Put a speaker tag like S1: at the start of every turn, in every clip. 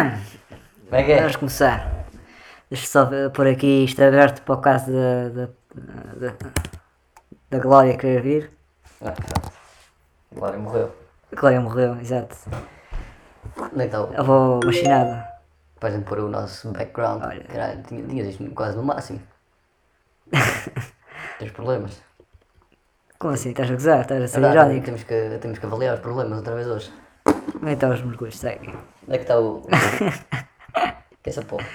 S1: Como é que é?
S2: Vamos começar. Deixa só ver- pôr aqui isto aberto para o caso da, da, da, da Glória querer vir.
S1: Ah, pronto. Glória morreu.
S2: A Glória morreu, exato.
S1: Onde é que está o...
S2: Eu vou machinada.
S1: Para a gente pôr o nosso background.
S2: Olha.
S1: Caralho, tinha- tinhas isto quase no máximo. Tens problemas.
S2: Como assim? Estás a gozar? Estás a ser
S1: Verdade,
S2: irónico?
S1: temos que, temos que avaliar os problemas outra vez hoje.
S2: Como é que está os mergulhos? Segue.
S1: Onde é que está o. que é essa porra?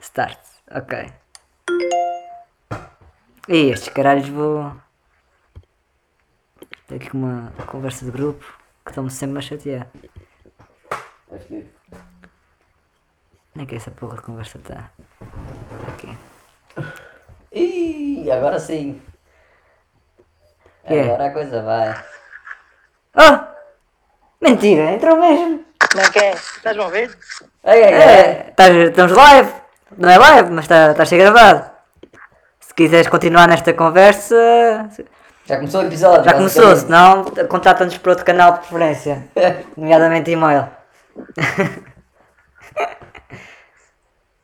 S2: Start. Ok. E estes caralhos vou. Tenho aqui uma conversa de grupo que estão-me sempre a chatear.
S1: Acho que.
S2: Onde é que essa porra de conversa tá. está? Aqui.
S1: Ih, agora sim!
S2: Que é?
S1: Agora a coisa vai.
S2: Oh! Mentira, entrou mesmo!
S3: Como é que é? Estás-me a ouvir?
S1: Ai, ai, ai.
S2: É, estás- estamos live! Não é live, mas está, está a ser gravado. Se quiseres continuar nesta conversa,
S1: Já começou o episódio!
S2: já começou, senão contrata-nos para outro canal de preferência, nomeadamente e-mail.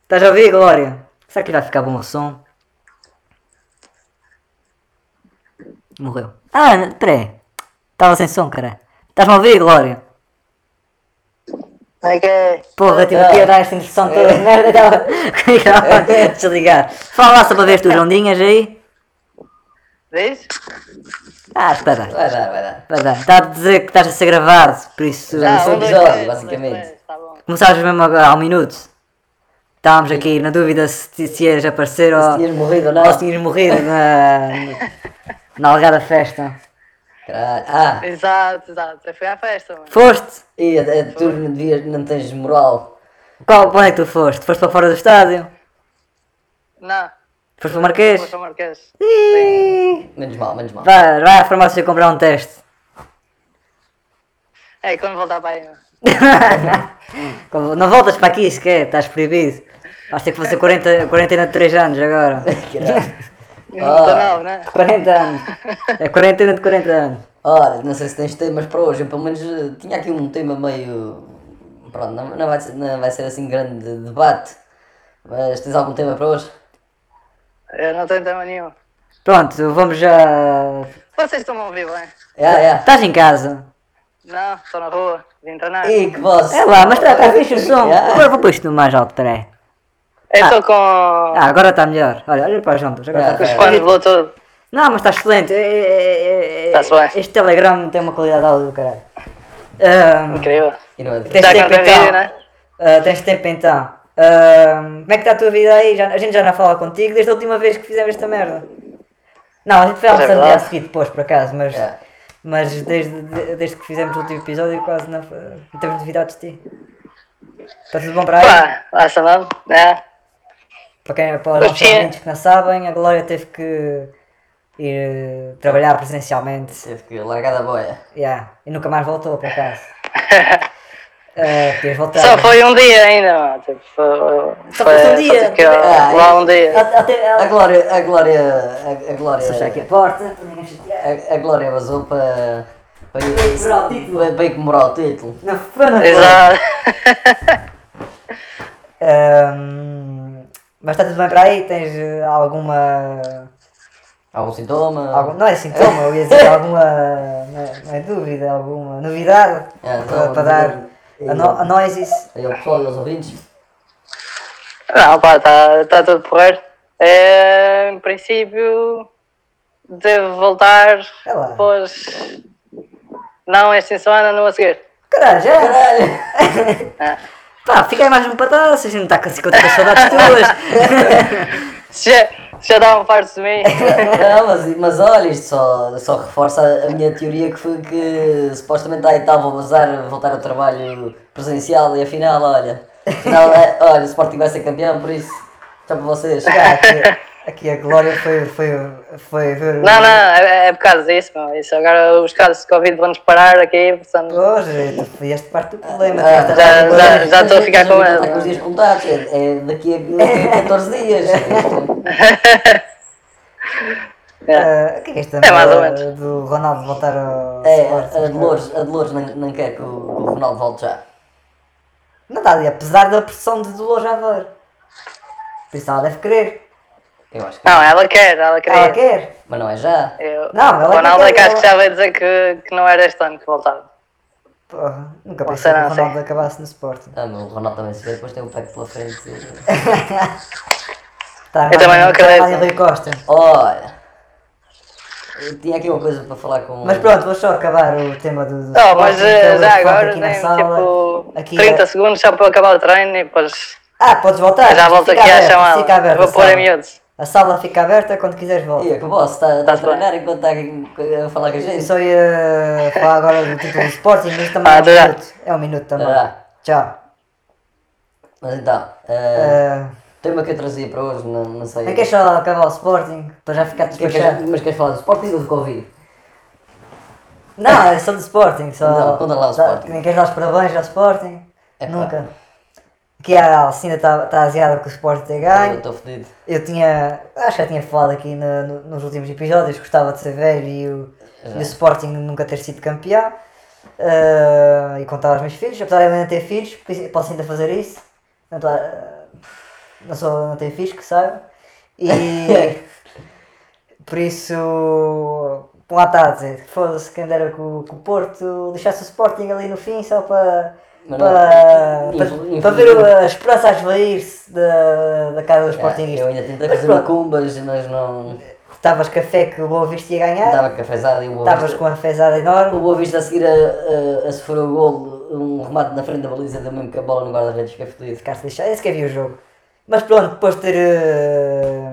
S2: Estás a ouvir, Glória? Será que vai ficar bom o som? Morreu. Ah, n- peraí. Estava sem som, cara. Estás-me a ouvir, Glória?
S3: Como é que é?
S1: Ah,
S2: Porra, tive aqui a dar esta instrução
S1: é.
S2: toda de merda, estava estava a desligar. Fala lá sobre as tuas ondinhas aí.
S3: Diz?
S2: Ah, espera,
S1: Vai dar, vai dar.
S2: espera. Está a dizer que estás a ser gravado, por isso
S1: Já.
S3: Ah,
S1: Esse é o
S3: um, dois,
S1: episódio,
S3: três,
S1: basicamente.
S3: um, dois, três, Tá bom.
S2: começavas mesmo agora, ao minuto. Estávamos aqui na dúvida se, ti- se ias aparecer ou,
S1: Se tinhas morrido ou não?
S2: ou se tinhas morrido na, na algada festa.
S1: Caralho. Ah!
S3: Exato, exato. Eu fui à festa, mano.
S2: Foste?
S1: E eh, tu não, devias, não tens moral.
S2: Qual, qual é que tu foste? Foste para fora do estádio?
S3: Não.
S2: Foste para o Marquês?
S3: Poxa, Marquês.
S2: Ih,
S1: Menos mal, menos mal.
S2: Vai, vai à farmácia comprar um teste.
S3: É, quando voltar para aí, mano.
S2: Como- Não voltas para aqui sequer, estás proibido. Vais ter que fazer 40, quarentena de 3 anos agora.
S1: Caralho.
S2: Ah.
S3: Não tô não, né?
S2: 40 anos. É quarentena de 40 anos.
S1: Ora, não sei se tens temas para hoje, eu pelo menos eh, tinha aqui um tema meio. Pronto, não, não vai, ser, não vai ser assim grande debate. Mas tens algum tema para hoje?
S3: Eu não tenho tema nenhum.
S2: Pronto, vamos já.
S3: Vocês estão a ouvir bem?
S1: É, é.
S2: Estás em casa?
S3: Não, estou na rua. Vim treinar.
S1: E que voz! É.
S2: É lá, mas está tá fixe o som.
S1: Yeah.
S2: Agora vou pôr isto no mais alto, peraí.
S3: Eu estou com...
S2: Ah, agora está melhor. Olha, olha para as ondas. Agora
S3: com os
S2: tá
S1: é.
S3: fones Bluetooth.
S2: Não, mas está excelente. É, é, é, é,
S3: Tá suave.
S2: Este Telegram tem uma qualidade de áudio do caralho. Ahm,
S3: Incrível.
S1: E não é de-
S2: Tens
S3: Já
S2: tempo
S3: conta
S2: então.
S3: vídeo, né?
S2: Ah, tens tempo então. Ah, como é que está a tua vida aí? Já- a gente já não fala contigo desde a última vez que fizemos esta merda. Não, a gente fez
S3: Pois é
S2: um dia a
S3: verdade.
S2: seguir depois, por acaso, mas,
S1: É.
S2: mas desde, de- desde que fizemos o último episódio quase não, não temos novidades de ti. Está tudo bom para aí?
S3: Pá, lá está não? É.
S2: Para, quem, para os nossos
S3: Sim.
S2: ouvintes que não sabem, a Glória teve que ir eh, trabalhar presencialmente.
S1: Teve que largar da boia.
S2: Yeah. E nunca mais voltou, por acaso. Ah, Podias voltar.
S3: Só foi um dia ainda, mano. Tipo, foi...
S2: Só foi um dia. é.
S3: tipo, que eu-
S1: Ah,
S3: Lá um dia.
S2: Até- até-
S1: A Glória, a Glória, a, a Glória,
S2: Fechar aqui a porta, para ninguém chatear.
S1: a, a Glória vazou para, para,
S2: comemorar o título.
S1: para, para ir comemorar o título.
S2: Não foi, não foi.
S3: Exato.
S2: Ahm, mas está tudo bem para aí? Tens eh, alguma.
S1: Algum sintoma?
S2: algum- não é sintoma, eu ia dizer alguma. Não é, não é dúvida, alguma novidade
S1: É, não,
S2: para, para
S1: não-
S2: dar a, no, a nós isso.
S1: Aí ao pessoal e aos ouvintes?
S3: Não, pá, está tá tudo porreiro. É, em princípio, devo voltar
S2: É lá.
S3: depois. Não esta semana, não a seguir.
S2: Caralho, já!
S1: Caralho!
S2: Pá, fiquei mais um patasso, a gente não está com 50 saudades tuas.
S3: Se já, se já dá um farto de
S2: É
S3: mim.
S1: Não, mas, mas olha, isto só, só reforça a minha teoria que foi que supostamente aí estava a vazar, voltar ao trabalho presencial e afinal, olha, afinal, é, olha, o Sporting vai ser campeão, por isso, tchau para vocês.
S2: Cá, aqui, aqui a Glória foi, foi, foi ver o.
S3: Não, não, é, é por causa disso, meu. Isso agora os casos de Covid vão disparar aqui, portanto.
S2: Hoje, tu fizeste parte do problema.
S1: Ah,
S2: tu
S3: já-
S2: estás-
S3: já- já estou a ficar com
S1: Já
S3: ela.
S1: Está com os dias contados, é, é daqui a, daqui a 14 dias.
S3: É.
S2: Ah, o que é que esta
S3: É mais ou
S2: merda do Ronaldo voltar ao
S1: É,
S2: Sporting?
S1: a Dolores, a Dolores não, não quer que o, que o Ronaldo volte já.
S2: Não está ali, apesar da pressão de do alojador. Por isso ela deve querer.
S1: Eu acho que.
S3: Não, ela quer, ela
S2: Ela
S3: quer.
S2: quer.
S1: Mas não é já.
S3: Eu,
S2: Não, ela
S3: o Ronaldo
S2: quer,
S3: é que acho
S2: ela-
S3: que já vai dizer que, que não era este ano que voltava.
S2: Porra, nunca
S3: Ou
S2: pensei que
S3: será
S2: o Ronaldo
S3: assim?
S2: acabasse no Sporting.
S1: Ah, mas o Ronaldo também se vê, depois tem um pack pela frente.
S2: Tá,
S3: Eu também não acredito.
S2: Em Rui Costa.
S1: Olha. Eu tinha aqui uma coisa para falar com.
S2: Mas pronto, vou só acabar o tema do. do
S3: Não, mas
S2: Sporting, que é
S3: eh,
S2: eu
S3: já
S2: falo
S3: agora
S2: aqui na
S3: tem
S2: sala.
S3: tipo
S2: Aqui,
S3: 30
S2: eh,
S3: segundos só para acabar o treino e depois
S2: Ah, podes voltar.
S3: já volto
S2: Fica
S3: aqui à
S2: aberta, Fica
S3: chamada.
S2: aberta,
S3: Vou
S2: a
S3: pôr
S2: sala.
S3: em miúdos.
S2: A sala fica aberta quando quiseres volta.
S1: E que posso, está está a
S3: Tá-se bem.
S1: treinar enquanto está a- a falar com a
S2: Eu
S1: gente.
S2: só ia falar agora do título do Sporting, mas também
S3: Ah,
S2: é um
S3: dá.
S2: minuto. É um minuto também.
S1: Dá.
S2: Tchau.
S1: Ah, Mas então, eh,
S2: Eh,
S1: tema que eu trazia para hoje, não, não sei. é
S2: não queres É só acabar o Sporting? Para já ficar
S1: Mas queres-
S2: despachado.
S1: mas queres falar do Sporting ou do Covid?
S2: Não, é só do Sporting. Só...
S1: Não, conta lá o
S2: Dá-
S1: Sporting.
S2: Nem queres dar os parabéns ao Sporting?
S1: É pá.
S2: Nunca. Aqui a Alcina está tá aziada com o Sporting ter
S1: Eu
S2: ganho.
S1: Estou fodido.
S2: Eu tinha. Acho que já tinha falado aqui no- no- nos últimos episódios, gostava de ser velho
S1: É
S2: e o, e o Sporting nunca ter sido campeão. Ah, e contar aos meus filhos, apesar de eu não ter filhos, pois- posso ainda fazer isso. Não, tô- ah, não sou, não tenho filhos que saiba. E por isso lá está a dizer, foda-se quem dera que o, que o Porto deixasse o Sporting ali no fim só para
S1: Mas não,
S2: para,
S1: infel-
S2: para,
S1: infel-
S2: para ver o- a esperança a esvair-se da, da cara dos
S1: É, eu
S2: Sportingistas.
S1: ainda tentei
S2: Mas
S1: fazer
S2: pronto.
S1: macumbas, mas não.
S2: Estavas café que o Boa Vista ia
S1: não
S2: ganhar,
S1: Dava cafezada e o Boa
S2: É. estavas
S1: Vista.
S2: com uma fezada
S1: O
S2: enorme,
S1: Boa Vista a seguir a, a, a sofrer o golo, um remate na frente da baliza, deu mesmo que a bola no guarda-redes, fiquei fodido.
S2: ficaste lixado, nem sequer vi o jogo. Mas pronto, depois de ter. eh,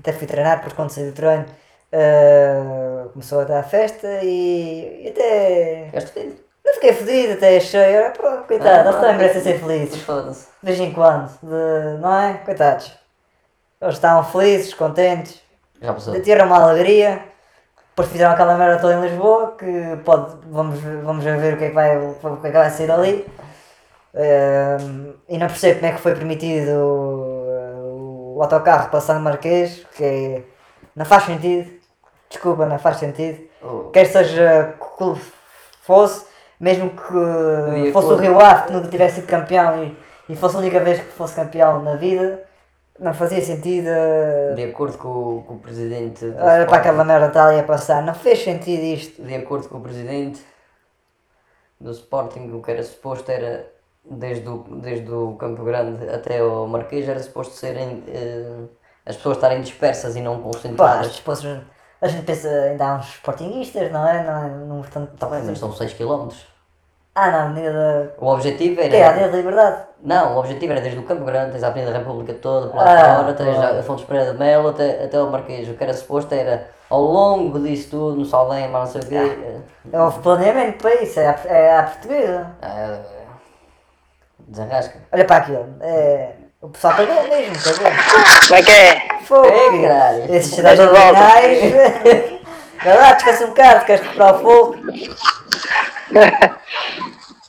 S2: até fui treinar, porque quando saí do treino eh, começou a dar festa e, e até.
S1: Ficaste fodido?
S2: Não fiquei fodido, até achei, olha, pô,
S1: Ah,
S2: coitado, eles também merecem
S1: é
S2: ser felizes.
S1: Foda-se.
S2: de vez em quando, de- não é? Coitados. Eles estavam felizes, contentes,
S1: Já passou.
S2: tiveram uma alegria, depois fizeram aquela merda toda em Lisboa, que pode, vamos, vamos já ver o que é que vai, o que é que vai sair dali. Ehm, e não percebo como é que foi permitido eh, o autocarro passar no Marquês, que é- não faz sentido, desculpa, não faz sentido
S1: Oh.
S2: quer seja que clube fosse, mesmo que
S1: Havia
S2: fosse o
S1: clube.
S2: Rio Ave que nunca tivesse sido campeão e, e fosse a única vez que fosse campeão na vida, não fazia sentido eh,
S1: De acordo com, o- com o presidente. do
S2: olha para
S1: Sporting.
S2: aquela merda tal ia passar, não fez sentido isto.
S1: de acordo com o presidente do Sporting, o que era suposto era, desde o, desde o Campo Grande até o Marquês, era suposto serem eh, as pessoas estarem dispersas e não
S2: Pá,
S1: concentradas.
S2: as pessoas- a gente pensa, ainda há uns sportinguistas, não é? Não, é? não estão
S1: Bem, mas são 6 km.
S2: Ah, não, Avenida
S1: O objetivo
S2: da. É, a
S1: era.
S2: Avenida da Liberdade.
S1: Não, o objetivo era desde o Campo Grande, tens a Avenida da República toda, por lá
S2: Ah,
S1: fora, tens a Fontes Pereira de Melo até, até o Marquês. O que era suposto era ao longo disso tudo, no Salém, mas não sei o quê. eh,
S2: É o planeamento para isso, é a, é a portuguesa.
S1: ah, desenrasca.
S2: Olha para aquilo, é, o pessoal pagou mesmo, pagou.
S3: Como é que é?
S2: Fogo!
S1: É, caralho.
S2: Esses cidades
S3: Mas volta.
S2: originais! Vai lá, descansa um bocado, queres recuperar o fogo?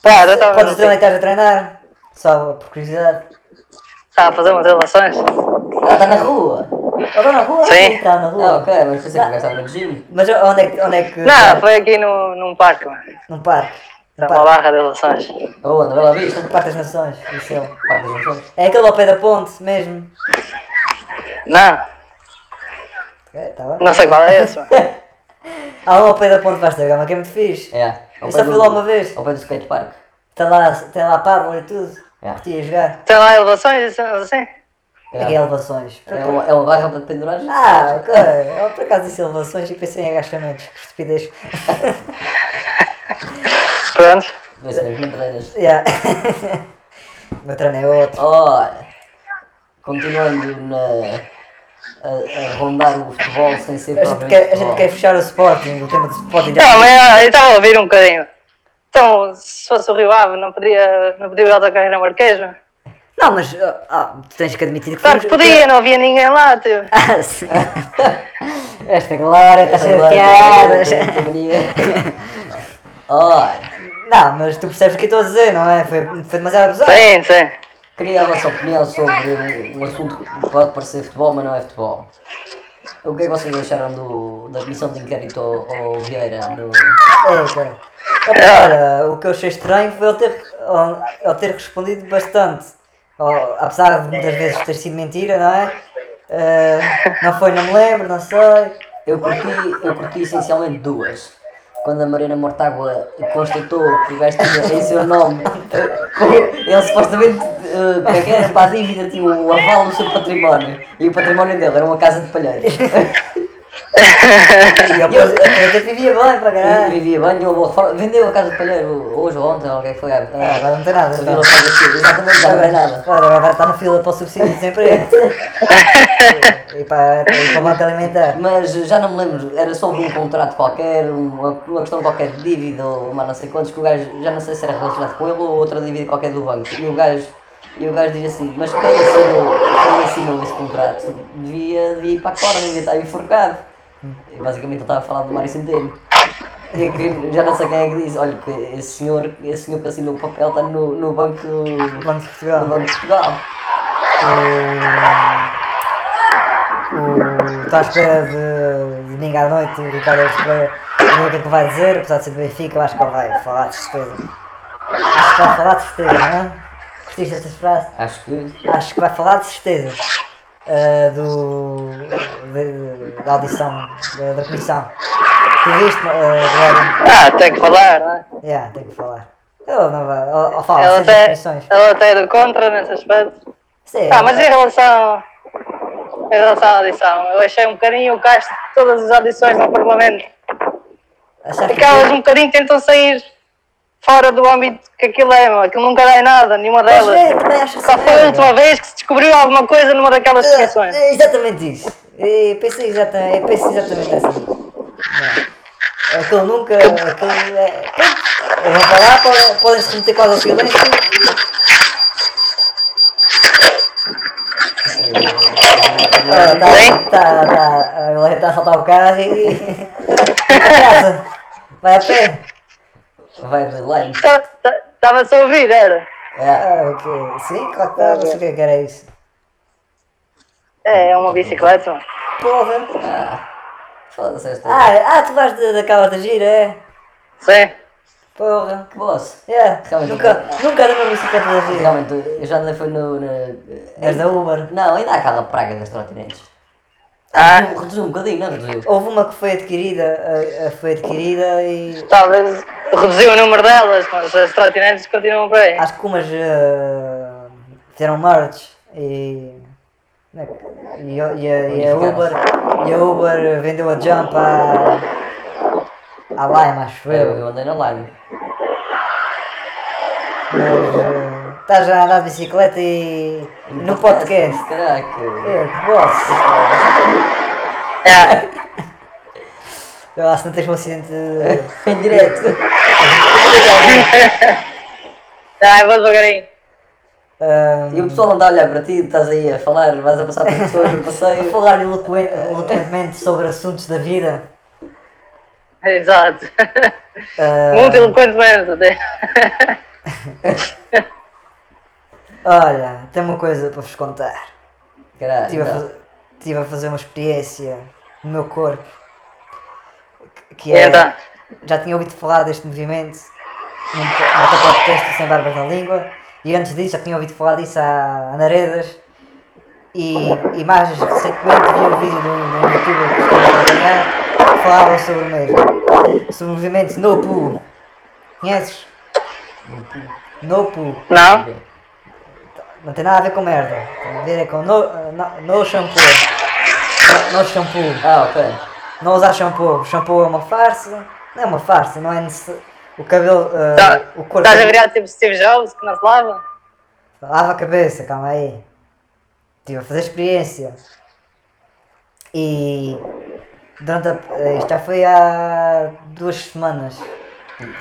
S3: Pá, já estava
S2: Podes um também estar a treinar? Só por curiosidade.
S3: estava a fazer umas relações.
S1: Ah,
S2: tá
S1: está na rua!
S2: Agora na rua?
S3: Sim.
S2: Está na
S1: Ah,
S2: rua.
S1: ok, mas pensei que o gajo estava no gym.
S2: Mas onde é que. Onde é que
S3: Não, foi aqui no, num parque, mano.
S2: Num parque. Num
S3: Uma
S2: parque.
S3: barra de relações.
S1: Oh, anda, bela vista.
S2: Num parque das Nações, isso é.
S1: Pá, mas não sei.
S2: É aquele ao pé da ponte mesmo.
S3: Não,
S2: É, tá bem.
S3: não sei qual é esse, mano.
S2: Há um ao pé da ponte de Vasta Gama que é muito fixe.
S1: É. ao
S2: Eu
S1: pé
S2: só
S1: do-
S2: fui lá uma vez.
S1: Ao pé do skatepark.
S2: Tem lá, tem lá a Pablo e tudo.
S1: É.
S2: Que ia jogar.
S3: Tem lá elevações e cenas assim?
S1: É.
S2: Aqui é elevações.
S1: É uma, é uma barra para pendurar.
S2: Ah, ok. Eu por acaso disse elevações e pensei em agachamentos. Que estupidez.
S3: Pronto.
S1: Vê se mesmo treinas.
S2: yeah. Meu treino é outro.
S1: Ora, continuando na, a, a rondar o futebol sem ser
S2: A gente, quer, a gente
S1: futebol.
S2: quer fechar o Sporting, o tema do Sporting.
S3: Não, mas eu estava a ouvir um bocadinho. Então, se fosse o Rio Ave, não podia, não podia ir ao carreira Marquês, mano.
S2: Não, mas ah, ah, tu tens que admitir que
S3: Claro que podia, não havia ninguém lá, tipo.
S2: Ah, sim. É Esta glória está cheia de
S1: Agora,
S2: piadas.
S1: Ora,
S2: Não, mas tu percebes o que eu estou a dizer, não é? Foi, foi demasiado abusado.
S3: Sim, sim.
S1: queria a vossa opinião sobre um assunto que pode parecer futebol, mas não é futebol. O que é que vocês acharam do, da comissão de inquérito ao, ao Vieira? No...
S2: É, cara. Olha, o que eu achei estranho foi ele ter ao- ao ter respondido bastante, ao- apesar de muitas vezes ter sido mentira, não é? Eh, não foi, não me lembro, não sei.
S1: Eu curti, eu curti essencialmente duas. Quando a Mariana Mortágua constatou que o gajo tinha em seu nome, ele supostamente, eh, como é que era, para a dívida tinha o aval do seu património. E o património dele era uma casa de palheiros.
S2: E eu, pois, eu até vivia bem para
S1: E
S2: caralho.
S1: vivia bem, tinha uma boa reforma. Vendeu a casa de palheiro hoje ou ontem, ou o que é que foi. Ah,
S2: Ah, agora não tem nada.
S1: Subiu
S2: então.
S1: a casa de palheiro, exatamente, já não é nada.
S2: Agora, agora está na fila para o subsídio de desemprego. e para, e para o banco alimentar.
S1: Mas já não me lembro, era sobre um contrato qualquer, uma, uma questão qualquer de dívida ou uma não sei quantos, que o gajo, já não sei se era relacionado com ele ou outra dívida qualquer do banco. E o gajo, e o gajo diz assim, mas quem assinou, quem assinou esse contrato devia, devia ir para a corda, devia estar enforcado. E basicamente ele estava a falar do Mário Centeno. E é que já não sei quem é que diz, olha, que esse senhor, esse senhor que assinou o papel está no, no banco,
S2: O
S1: no
S2: Banco de Portugal.
S1: banco de Portugal.
S2: O- Estou à espera de de domingo à noite, o Ricardo Alves Pereira, ver o que é que vai dizer, apesar de ser do Benfica, eu acho que ele vai falar de certeza. Acho que vai falar de certeza, não é? Curtiste esta frase?
S1: Acho que
S2: Acho que vai falar de certeza ah, do, de- da audição, da, da comissão. Tu viste, uh,
S3: Ah, tem que falar, não é?
S2: Yeah, tenho que falar. Eu não vai. Ou, ou fala, sem
S3: Ela até,
S2: definições.
S3: ela até é do contra nesse aspecto.
S2: Sim,
S3: Ah, mas em relação, em relação à audição, eu achei um bocadinho o caso de todas as audições no Parlamento.
S2: achaste que- é.
S3: Aquelas um bocadinho tentam sair fora do âmbito que aquilo é, meu. aquilo nunca dá em nada, nenhuma
S2: Pois é,
S3: delas.
S2: também acho que
S3: Só
S2: sim.
S3: foi a última vez que se descobriu alguma coisa numa daquelas
S2: É,
S3: sessões.
S2: é exatamente isso. É, pensei exatamente, pensei exatamente assim. É, Não. Aquilo nunca. Aquilo é. Pronto, eu vou falar, po- podem-se remeter quase ao silêncio.
S3: Sim.
S2: Está tá, tá, a galera está a saltar o carro e. Vai à casa. Vai a pé.
S1: vai de lane.
S3: Estava-se Tá, a ouvir, era.
S1: É.
S2: Ah, ok. Sim, claro que tá, não sei o que é que era isso.
S3: É, é uma bicicleta. mano.
S2: Porra!
S1: Foda-se esta.
S2: Ah, ah tu vais de- daquela da gira, é?
S3: Sim.
S2: Porra!
S1: Que boss.
S2: Yeah,
S1: Realmente.
S2: nunca, nunca andei uma bicicleta da gira.
S1: Realmente, eu já andei foi no. na-
S2: Mas É da Uber.
S1: Não, ainda há aquela praga das trotinetes.
S3: Ah,
S1: Reduziu um bocadinho, não reduziu?
S2: Houve uma que foi adquirida, a- a- foi adquirida e
S3: talvez reduziu o número delas, mas as trotinetes continuam por aí.
S2: acho que umas eh, fizeram merge e, como é que- e, a- e a- e a Uber, e a Uber vendeu a Jump à, à Lime, acho
S1: Eu,
S2: eu.
S1: eu andei na Lime.
S2: Mas eh, estás a andar de bicicleta e e no podcast.
S1: Caraca.
S2: É, que boss.
S3: É.
S2: Eu acho que não tens um acidente É,
S1: Em direto.
S3: Ah, vou devagarinho.
S2: eh,
S1: E o pessoal não está a olhar para ti, estás aí a falar, vais a passar por pessoas no
S2: a
S1: passeio.
S2: falar eloquen- eloquentemente sobre assuntos da vida.
S3: Exato.
S2: Ah.
S3: Muito eloquentemente até.
S2: Olha, tenho uma coisa para vos contar.
S1: Caraca.
S2: Estive a,
S1: não.
S2: faz- tive a fazer uma experiência no meu corpo. que- Que é.
S3: Eita.
S2: Já tinha ouvido falar deste movimento num po- num podcast sem barbas na língua. E antes disso já tinha ouvido falar disso há Naredas. E, e mais recentemente vi um vídeo de um, de um youtuber que estava a acompanhar que falava sobre o mesmo. Sobre o movimento No Poo. Conheces? No Poo.
S3: Não?
S2: Não tem nada a ver com merda. Tem a ver com no, no, no shampoo. No, no shampoo.
S1: Ah, ok.
S2: Não usar shampoo. O shampoo é uma farsa. Não é uma farsa, não é necessário. O cabelo. eh,
S3: Tá-
S2: o corpo.
S3: Estás a virar tipo Steve Jobs que não se lava?
S2: Lava a cabeça, calma aí. Estive a fazer experiência. E. Durante a, eh, isto já foi há duas semanas.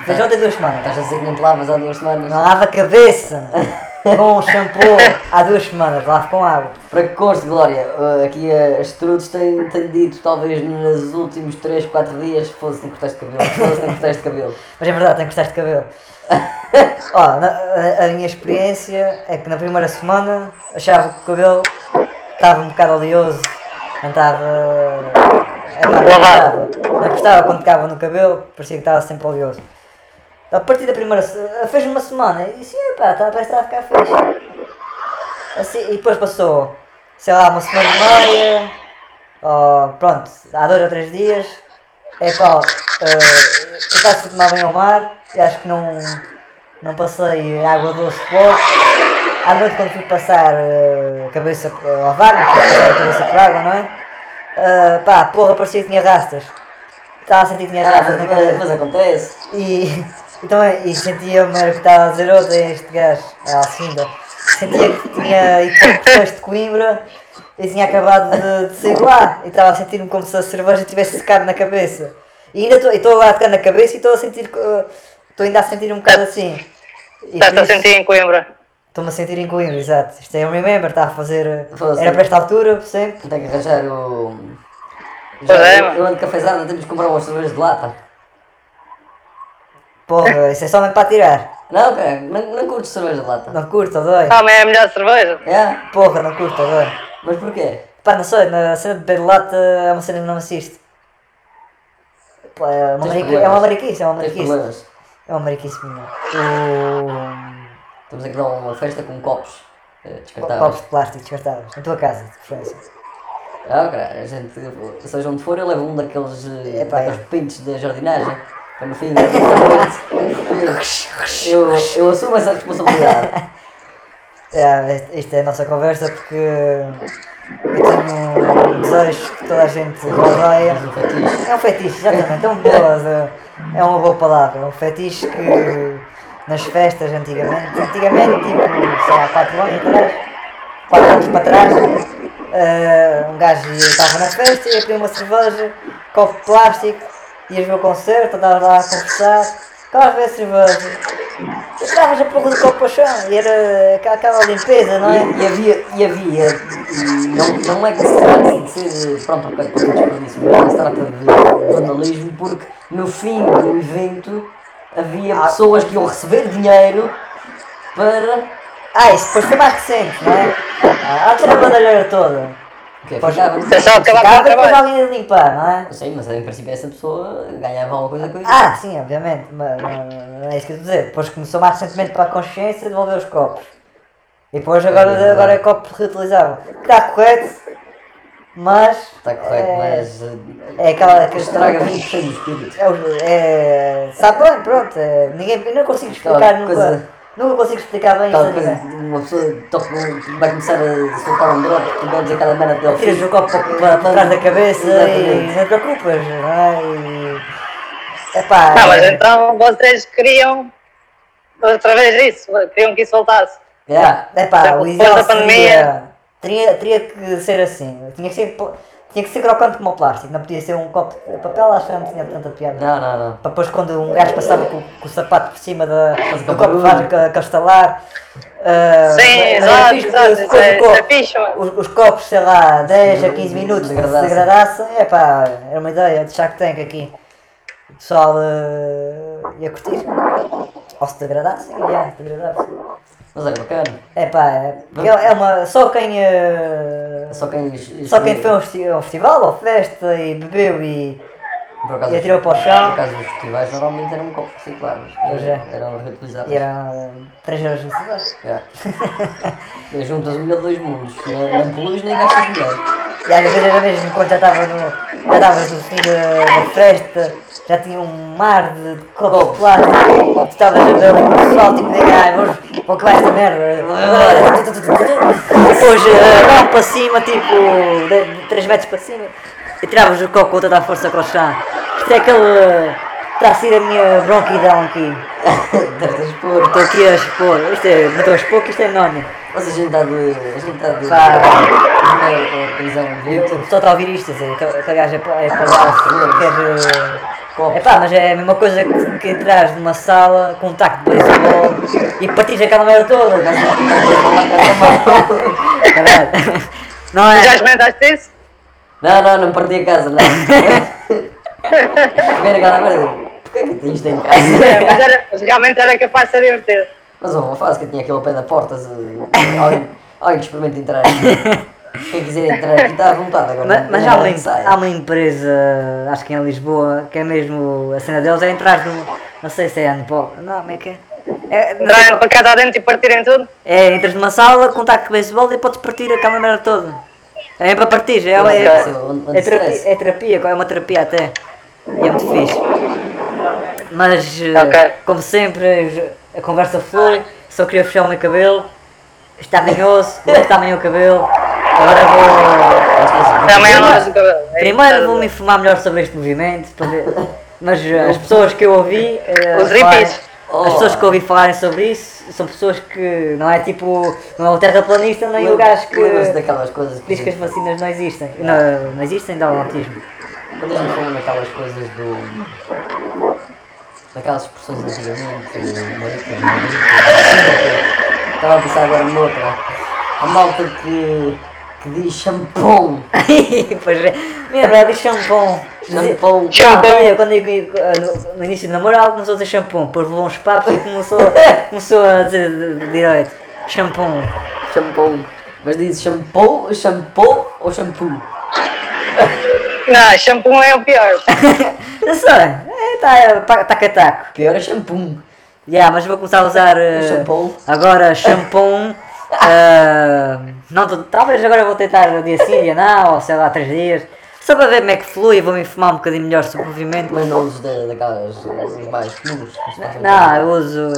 S2: Foi já ontem duas semanas.
S1: Estás a dizer que não te lavas há duas semanas?
S2: Não lava a cabeça com shampoo há duas semanas, lavo com água.
S1: Para que conste, Glória, eh, aqui a Strudes tem, tem dito, talvez nos últimos 3, 4 dias, fosse não cortaste cabelo, fosse não cortaste cabelo.
S2: Mas é verdade, tenho que cortar de cabelo. Ó, na- a, a minha experiência é que na primeira semana achava que o cabelo estava um bocado oleoso, não estava. epá, Não
S3: Lavado.
S2: gostava. Não gostava quando tocava no cabelo, parecia que estava sempre oleoso. A partir da primeira. se- eh, Fez uma semana e disse: epá, tá, parece que está a ficar fixe. Assim, e depois passou, sei lá, uma semana e meia. ó, pronto, há dois ou três dias. É pá, tentaste uh, tomar bem ao mar. E acho que não, não passei água doce pouco. À noite, quando fui passar eh, a cabeça a lavar, a cabeça por água, não é? Eh, pá, porra, parecia que tinha rastas. Estava a sentir que tinha
S1: Ah,
S2: rastas na
S1: mas,
S2: cabeça.
S1: mas acontece.
S2: E, então, e sentia-me era o que estava a dizer ontem este gajo, a Alcinda. Sentia que tinha ido para depois de Coimbra e tinha acabado de, de sair lá. E estava a sentir-me como se a cerveja tivesse secado na cabeça. E ainda estou- e estou agora a tocar na cabeça e estou a sentir. que, eh, Estou ainda a sentir um bocado assim. E
S3: Estás
S2: por
S3: a
S2: isso-
S3: sentir Tá, em Coimbra.
S2: Estou-me a sentir em Coimbra, exato. Isto é um remember, está a fazer. eh,
S1: Foda-se.
S2: Era para esta altura, sempre.
S1: Tem é que arranjar o.
S3: Pois é,
S1: eu,
S3: mano.
S1: eu ando cafezada, temos que comprar umas cervejas de lata.
S2: Porra, isso é só mesmo para tirar.
S1: Não, cara, não, não curto cerveja de lata.
S2: Não curto, dói.
S3: Ah, mas é a melhor cerveja.
S1: É?
S2: Porra, não curto, dói.
S1: Mas porquê?
S2: Pá, não sei, na cena de beber lata é uma cena que não me assiste. Pá, é uma
S1: Tens
S2: mariqui-
S1: problemas.
S2: é uma mariquice, é uma
S1: Tens
S2: mariquice.
S1: problemas.
S2: É uma mariquice minha. O...
S1: Estamos aqui a dar uma festa com copos eh,
S2: Copos
S1: descartáveis.
S2: de plástico descartáveis, na tua casa, de preferência.
S1: Ah, cara, a gente, seja onde for, eu levo um daqueles, eh,
S2: Epá, é.
S1: daqueles pintos da jardinagem. Para no fim, eu, eu assumo essa responsabilidade.
S2: É, isto é a nossa conversa porque eu tenho um desejo que toda a gente rodeia.
S1: Mas um fetiche.
S2: É um fetiche, exatamente, é, um boas, é- é uma boa palavra, é um fetiche que nas festas antigamente, antigamente, tipo, sei lá, 4 anos atrás, 4 anos para trás, eh, um gajo estava na festa, ia pedir uma cerveja, copo de plástico, ias ver o concerto, andavas lá a conversar, acabas de ver a cerveja, e tiravas a porra do copo para o chão, e era aquela- aquela limpeza, não é?
S1: E, e havia, e havia, e não, não é que se trata de ser, pronto, um bocado para desperdício, mas se trata de vandalismo, porque no fim do evento havia
S2: Ah.
S1: pessoas que iam receber dinheiro para.
S2: Ah, isso depois foi mais recente, não é? Ah, aquela bandalheira toda.
S1: O quê?
S2: Pois-
S1: Ficava.
S3: Deixa eu acabar com
S2: Ficava
S3: o
S2: depois
S3: trabalho.
S2: alguém a limpar, não é?
S1: Sim, mas em princípio essa pessoa ganhava alguma coisa com isso.
S2: Ah, sim, obviamente, mas não, não- não é isso que eu estou a dizer. Depois começou mais recentemente para a consciência devolver os copos. E depois agora, agora é copo reutilizável. Que está correto, mas.
S1: Está correto,
S2: é,
S1: mas. eh,
S2: É aquela que
S1: Estraga 20% do espírito.
S2: É, o- é, sabe bem, pronto. é, ninguém, eu não consigo explicar
S1: Aquela
S2: nunca.
S1: coisa-
S2: Nunca consigo explicar bem
S1: Tal
S2: isto a
S1: coisa,
S2: ninguém.
S1: de uma pessoa toca- vai começar a soltar um drop, tu vamos a cada merda até ao fim.
S2: é? Tiras o copo para, para- para trás da cabeça e
S1: Exatamente.
S2: não te preocupas, não é? E. Epá,
S3: Ah, mas
S2: é-
S3: então vocês queriam outra vez isso, queriam que isso voltasse.
S1: Yeah.
S2: É pá,
S3: Já
S2: o
S3: depois
S2: ideal
S3: da
S2: seria,
S3: pandemia.
S2: teria, teria que ser assim. Tinha que ser, pl- tinha que ser crocante como o plástico, não podia ser um copo de papel, acho que não tinha tanta piada.
S1: Não, não, não.
S2: Para depois quando um gajo passava com, com o sapato por cima da, do
S1: com
S2: copo de
S1: barulho.
S2: vaso ca- castelar. ah,
S3: Sim,
S2: mas- mas
S3: exato,
S2: fixe,
S3: exato,
S2: se
S3: isso
S2: fosse
S3: é-
S2: o copo-
S3: isso é fixe, mano.
S2: os, os copos, sei lá, 10 a 15 minutos se
S1: Degradassem.
S2: degradassem, é pá, era uma ideia de Shark Tank aqui. O pessoal ah, ia curtir. Ou se degradassem, ia, degradassem.
S1: Mas é bacana.
S2: É pá, é, é- é uma. Só quem. eh,
S1: É Só quem.
S2: só quem foi a um, festi- a um festival ou festa e bebeu e.
S1: Por acaso,
S2: E atirou para o chão.
S1: Por acaso dos festivais normalmente eram um copo reciclado.
S2: Pois é.
S1: Eram reutilizados.
S2: e eram 3 euros no cidade.
S1: Yeah. É. E juntas o melhor de dois mundos. Não, não poluis nem gastas dinheiro.
S2: E às vezes era mesmo quando já estava no. Já estavas no fim da, da festa, já tinha um mar de copos de plástico, tu estavas a ver o pessoal tipo de ai, vamos para o que vai esta merda. Depois eh, lá para cima, tipo 3 metros para cima, e tiravas o copo com toda a força para o chão. Isto é aquele. Está a sair a minha bronquidão aqui.
S1: Estás a expor.
S2: Estou aqui a expor. Isto é. Não estou a expor que isto é anónimo.
S1: Mas a gente está de. A gente tá está de.
S2: Pá.
S1: Primeiro, a tá prisão de
S2: Eu-
S1: Vitor.
S2: O pessoal está a ouvir isto, assim, que que a gaja é pa- é palhaço, quer...
S1: Copos.
S2: É pá, mas é a mesma coisa que, que entras numa sala com um taco de beisebol e partires aquela merda toda. é? Caralho. Não
S3: Já
S2: é?
S3: experimentaste isso?
S1: Não, não, não perdi a casa, não. Primeiro aquela merda. Porquê que tens isto em
S3: É,
S1: casa?
S3: mas, era- mas realmente era capaz de ser divertido.
S1: Mas houve uma fase que eu tinha aquilo ao pé da porta. se- Alguém, alguém que experimenta entrar aqui. Quem quiser entrar aqui está à vontade agora.
S2: Mas, mas
S1: não
S2: há, uma,
S1: sai.
S2: há uma empresa, acho que em Lisboa, que é mesmo. A cena deles é entrar num, Não sei se é handball. Não, como é que é? É, não sei
S3: Entrarem
S2: qual-
S3: para cá dentro e partirem tudo.
S2: é, entras numa sala, com um taco de beisebol e podes partir a câmera toda. É para partir, é, é,
S1: Ok.
S2: é, terapia, é terapia, é uma terapia até. E é muito fixe. Mas, eh,
S3: Ok.
S2: como sempre, a conversa flui. Só queria fechar o meu cabelo. Está manhoso, está manhou o cabelo. Agora vou.
S3: Também é nós do cabelo. É
S2: Primeiro
S3: isso,
S2: vou-me informar melhor sobre este movimento, para ver- mas eh, as pessoas que eu ouvi. eh,
S3: Os hippies.
S2: falarem- As pessoas que eu ouvi falarem sobre isso são pessoas que não é tipo. não é o terraplanista nem o gajo que
S1: Lembra-se daquelas coisas
S2: diz que as vacinas não existem. Não, não existem, dá o autismo.
S1: Quando a gente falou naquelas coisas do. Daquelas expressões antigamente, marido, marido. Estava a pensar agora noutra. A malta que, que diz champão.
S2: pois é. Minha verdade, shampoo.
S1: Champão.
S3: Shampoo.
S2: Quando eu, quando eu- eh, no, no início do namoro, ela começou a dizer shampoo, depois levou uns papos e começou, começou a dizer de- de- direito. Shampoo.
S1: Champão. Mas diz shampoo, shampoo ou shampoo?
S3: Não, shampoo é o pior.
S2: Não sei, é, tá, tá, taca taco.
S1: Pior é shampoo.
S2: Yeah, mas vou começar a usar eh,
S1: Shampoo.
S2: agora shampoo. eh, não, tô- talvez agora vou tentar no dia sim, dia não, ou sei lá, três dias. Só para ver como é que flui, vou me informar um bocadinho melhor sobre o movimento.
S1: Mas não os da, daquelas os mais comuns. que se fazem.
S2: Não, eu uso.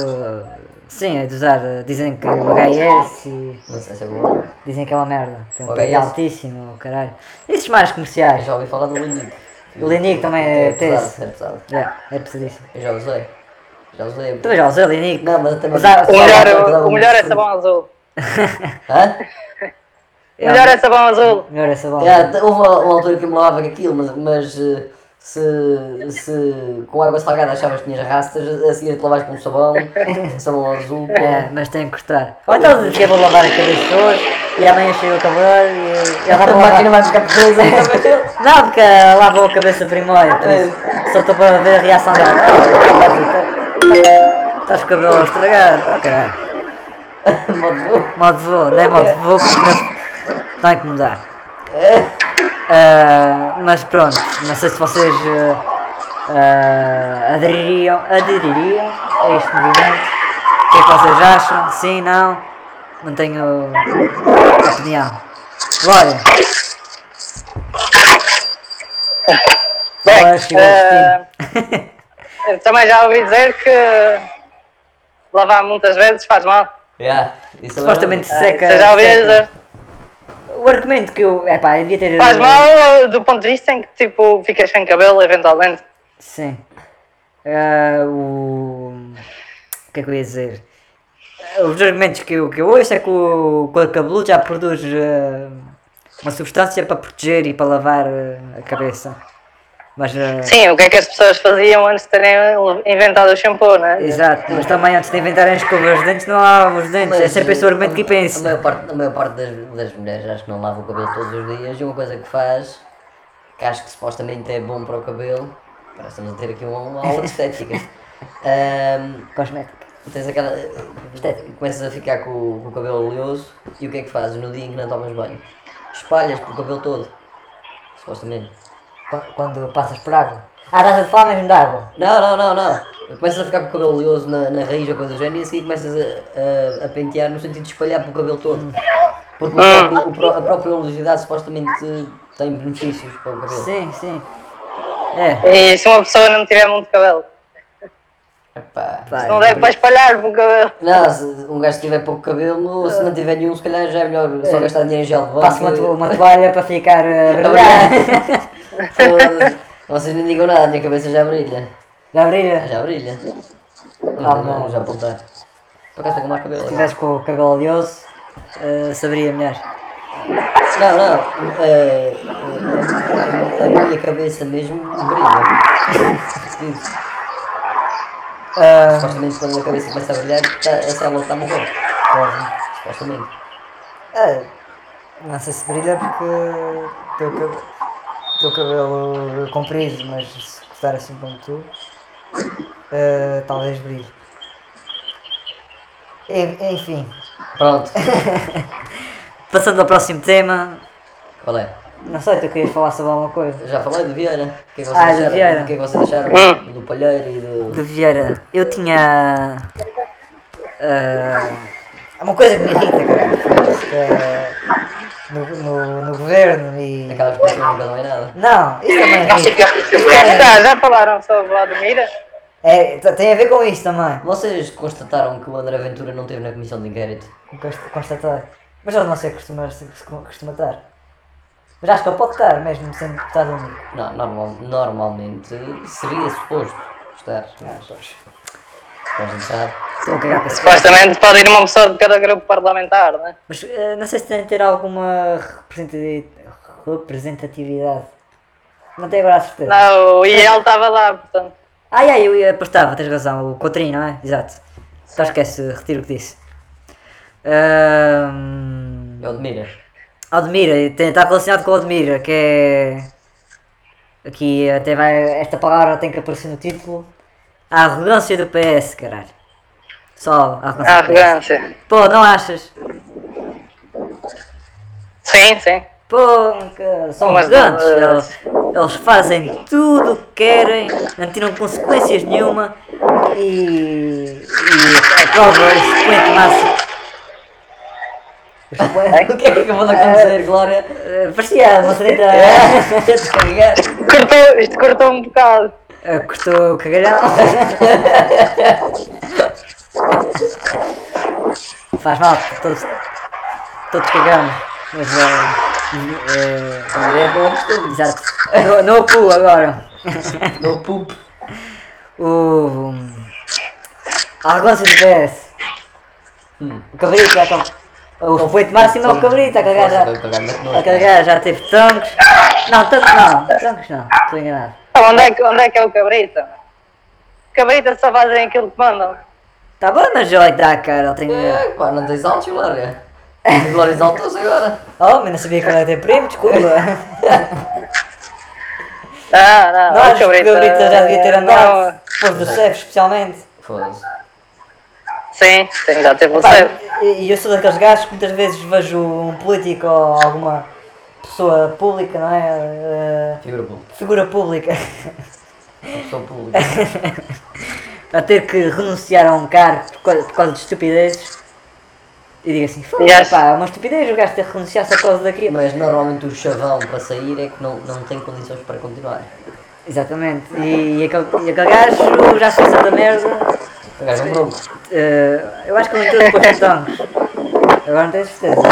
S2: eh, Sim, é de usar. eh, Dizem que o HS e.
S1: Não sei se é bom.
S2: Dizem que é uma merda. Tem um
S1: Olha
S2: PI
S1: esse.
S2: altíssimo, caralho. Esses mais
S1: Eu
S2: comerciais.
S1: já ouvi falar do Linique.
S2: O Linique também é
S1: pesado.
S2: tenso.
S1: É pesado.
S2: Yeah, é pesadíssimo.
S1: Eu já usei. Já usei.
S2: Tu já usei o Linique?
S1: Não, mas eu também.
S2: Usar-
S3: O melhor,
S1: Usava
S3: o melhor é
S1: muito.
S3: sabão azul.
S1: Hã?
S3: O
S2: um
S3: melhor é sabão azul.
S2: Melhor essa bola.
S1: Yeah, t- houve uma, uma altura que eu me lavava com aquilo, mas, mas eh, se, se com água salgada achavas que tinhas rastas, a seguir te lavas com sabão, sabão azul. com-
S2: É, mas tem que cortar. Ou então dizer que eu vou lavar a cabeça hoje e amanhã chego a cabelo e. e ela
S1: A
S2: vai para
S1: máquina
S2: lavar.
S1: vai ficar presa.
S2: Não, porque lavou a cabeça primeiro. por isso. Só estou para ver a reação dela. Ah, tá Estás então. Tá com o cabelo a estragar. Ok. Modo voo, não é modo voo porque não tem que mudar. Ah, mas pronto, não sei se vocês ah, ah, adeririam, adeririam a este movimento. O que é que vocês acham? Sim, não? Não tenho opinião. Glória! Olá, chegou o
S3: eh,
S2: destino.
S3: Eu também já ouvi dizer que lavar muitas vezes faz mal.
S1: Yeah, isso é
S2: Supostamente
S3: ah,
S1: verdade.
S2: seca.
S3: Você já ouviu
S2: seca.
S3: dizer?
S2: O argumento que eu. Epá, eu devia ter.
S3: ah. Faz mal do ponto de vista em que tipo ficas sem cabelo eventualmente.
S2: Sim. Ah, o... o que é que eu ia dizer? Ah, Os argumentos que eu, que eu ouço é que o couro cabeludo já produz ah, uma substância para proteger e para lavar ah, a cabeça. Mas, ah,
S3: Sim, o que é que as pessoas faziam antes de terem inventado o shampoo, né?
S2: exato, mas também antes de inventarem as escovas de dentes, não há os dentes. É
S1: Mas,
S2: sempre esse o argumento que
S1: a- A
S2: pensa.
S1: maior parte, a maior parte das, das mulheres acho que não lava o cabelo todos os dias e uma coisa que faz, que acho que supostamente é bom para o cabelo, parece que estamos a ter aqui uma, uma aula de estética. Ahm,
S2: Cosmética.
S1: tens aquela. Começas a ficar com, o- com o cabelo oleoso e o que é que fazes no dia em que não tomas banho? Espalhas pelo cabelo todo. Supostamente.
S2: Qu- Quando passas por água. Ah, estás a falar mesmo de água.
S1: Não, não, não, não. Começas a ficar com o cabelo oleoso na, na raiz ou coisa do género e assim começas a, a, a pentear no sentido de espalhar pelo cabelo todo. Porque o próprio- o pró- a própria oleosidade supostamente tem benefícios para o cabelo.
S2: Sim, sim. É,
S3: E se uma pessoa não tiver muito cabelo,
S1: Epá.
S2: pá.
S3: não deve para espalhar o cabelo.
S1: Não, se um gajo tiver pouco cabelo, ou se não tiver nenhum, se calhar já é melhor só gastar dinheiro em gel de banho.
S2: Passo uma, to- uma toalha para ficar ah, a brilhar.
S1: Foda-se. Vocês nem digam nada, a minha cabeça já brilha.
S2: Já brilha.
S1: Já brilha.
S2: Ah,
S1: Não,
S2: não.
S1: não, já apontar. Por acaso tenho mais cabelo.
S2: Se tivesse com o cabelo oleoso, eh, saberia melhor.
S1: Não, não. eh, eh, a minha cabeça mesmo brilha. Isso.
S2: Ah,
S1: Supostamente quando a cabeça começa a brilhar, tá, a célula está a morrer. Supostamente.
S2: ah, não sei se brilha porque teu cabelo, teu cabelo comprido, mas se cortar assim como tu, ah, talvez brilhe. En- Enfim.
S1: Pronto.
S2: Passando ao próximo tema,
S1: Qual é?
S2: Não sei, tu querias falar sobre alguma coisa.
S1: Já falei do Vieira. O que é que vocês
S2: Ah, do
S1: acharam?
S2: Vieira.
S1: O que é que vocês acharam?
S3: Hum.
S1: Do Palheiro e do.
S2: De Vieira, eu tinha. ah, Há uma coisa que me irrita, cara. que é No, no, no governo e.
S1: Aquelas pessoas que não ganham nada.
S2: Não, isso também é irrita.
S3: Já, já falaram sobre o Vladimir?
S2: é, t- tem a ver com isso também.
S1: Vocês constataram que o André Ventura não esteve na comissão de inquérito?
S2: Const- Constatar. Mas eu não sei costuma, se costuma estar. Mas acho que ele pode estar, mesmo sendo deputado único.
S1: Não, normal, normalmente seria suposto estar. Mas, mas não sabe.
S2: Estou a cagar para
S3: Supostamente pode ir uma pessoa de cada grupo parlamentar, né?
S2: Mas eh, não sei se tem de ter alguma representati- representatividade. Não tenho agora a certeza.
S3: Não, e ele estava lá, portanto.
S2: Ai ai, Ah, eu ia apertava, tens razão, o Cotrim, não é? Exato. Só esquece, retiro o que disse. Ahm,
S1: Eu admiro.
S2: Aldemira, tem- está relacionado com Aldemira, que é. Aqui até vai. Esta palavra tem que aparecer no título. A arrogância do PS, caralho. Só a arrogância.
S3: A
S2: do PS.
S3: Ah, arrogância.
S2: Pô, não achas?
S3: Sim, sim.
S2: Pô, que são
S3: Mas,
S2: arrogantes.
S3: eh,
S2: Eles, eles fazem tudo o que querem, não tiram consequências nenhuma e. e aprovam o expoente máximo.
S1: O que é que acabou de acontecer, Glória? É,
S2: Eh, Parecia uma treta.
S1: Estou a ligar.
S3: Cortou, isto cortou um bocado.
S2: Eh, Cortou o cagalhão. Faz mal, todos, todos cagamos. Mas é. é
S1: André é bom costume.
S2: exato. No, no cu agora.
S1: No poop.
S2: O. hum, A arrogância do PS. O cabrito já está. O feito máximo é o cabrito, a cagar já. A cagar já teve tanques. Não, tanques não. Tanques não, estou enganado.
S3: Então, onde, é que, onde é que é o cabrita? Cabrita só fazem aquilo que mandam.
S2: Tá bom, mas olha que dá, cara, ele tem.
S1: É, pá, não tens altos, Glória. Glória exaltou-se agora.
S2: Oh, mas não sabia que ele ia ter primo, desculpa.
S3: Não, Ah, não,
S2: Nós,
S3: o
S2: o cabrito já devia ter andado.
S3: não.
S2: Pois do chefe, especialmente.
S1: Foda-se.
S3: Sim, sim, já teve um o
S2: Pá,
S3: certo.
S2: e e eu sou daqueles gajos que muitas vezes vejo um político ou alguma pessoa pública, não é?
S1: Figura pública.
S2: Eh, figura pública,
S1: Pessoa pública.
S2: a ter que renunciar a um cargo por causa, por causa de estupidezes. E digo assim, foda
S3: Yes.
S2: pá, é uma estupidez o gajo ter que renunciar só por causa daquilo.
S1: Mas normalmente o chavão para sair é que não, não tem condições para continuar.
S2: Exatamente. E, e aquele, e aquele gajo já fez da merda.
S1: O gajo é um bronco.
S2: Eh, eu acho que ele entrou depois dos tangos. Agora não tenho certeza.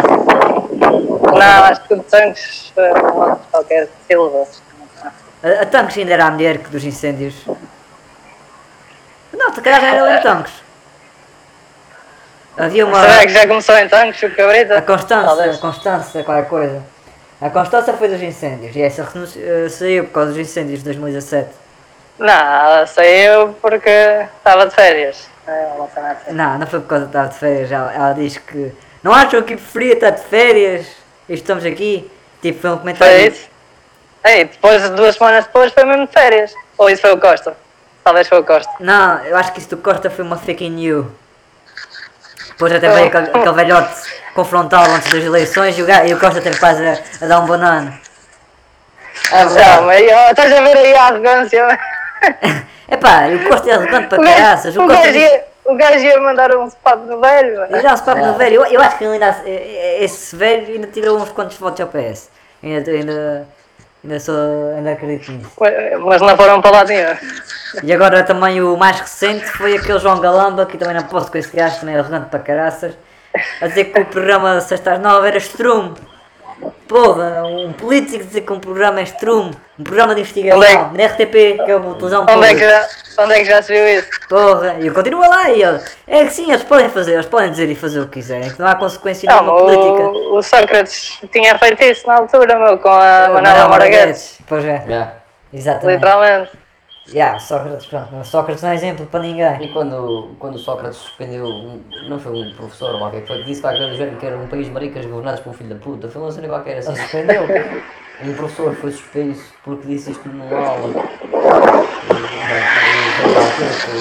S3: Não, acho que o Santos foi um outro qualquer Silva.
S2: Eh, A, a Tanques ainda era a mulher que dos incêndios. Não, se calhar já era em Tanques. Havia uma.
S3: Será que já começou em tanques o cabrita?
S2: A Constança, a
S3: Talvez.
S2: Constança, qualquer coisa. A Constança foi dos incêndios e essa renunci- eh, saiu por causa dos incêndios de 2017.
S3: Não, ela saiu porque estava de férias. É uma cena assim.
S2: Não, não foi por causa de estar de férias. Ela, ela diz que. Não acham que preferia estar de férias? E estamos aqui. Tipo, foi um comentário.
S3: Foi isso? Ei, depois, duas semanas depois, foi mesmo de férias. Ou isso foi o Costa? Talvez foi o Costa.
S2: Não, eu acho que isso do Costa foi uma fake news. Depois até veio
S3: Oh.
S2: aquele, aquele velhote confrontá-lo antes das eleições e o, ga- e o Costa teve quase a, a dar um banano.
S1: Ah,
S3: Não, mas oh, estás a ver aí a arrogância.
S2: Epá, e o Costa é arrogante para
S3: O gajo-
S2: caraças. O
S3: o
S2: Costa
S3: gajo
S2: diz,
S3: ia- o gajo ia mandar um spot no velho.
S2: ele já se papo no velho. Eu, eu acho que ele ainda, eh, eh, esse velho ainda tirou uns quantos votos ao PS. Ainda, ainda, ainda, sou, ainda acredito nisso.
S3: Mas não foram para lá nenhum.
S2: E agora também o mais recente foi aquele João Galamba, que também não posso com esse gajo, também é arrogante para caraças, a dizer que o programa de Sexta às Nove era estrume. Porra, um político dizer que um programa é estrume, um programa de investigação,
S3: Onde é que-
S2: na RTP, que é uma televisão
S3: Onde é que
S2: pública.
S3: já, onde é que já se viu isso?
S2: Porra, e continua lá e ele, é que sim, eles podem fazer, eles podem dizer e fazer o que quiserem, que não há consequência
S3: Não,
S2: nenhuma política.
S3: o, o Sócrates tinha feito isso na altura, meu, com a Manuela Marguerite.
S2: Pois é,
S1: Já.
S2: exatamente.
S3: Literalmente.
S2: Yeah, Sócrates, pronto, Sócrates não é exemplo para ninguém.
S1: E quando, quando Sócrates suspendeu, um- não foi um professor ou qualquer que foi, que disse qualquer coisa do género que era um país de maricas governados por um filho da puta, foi uma cena qualquer assim.
S2: Ele suspendeu.
S1: Um professor foi suspenso porque disse isto numa aula. E,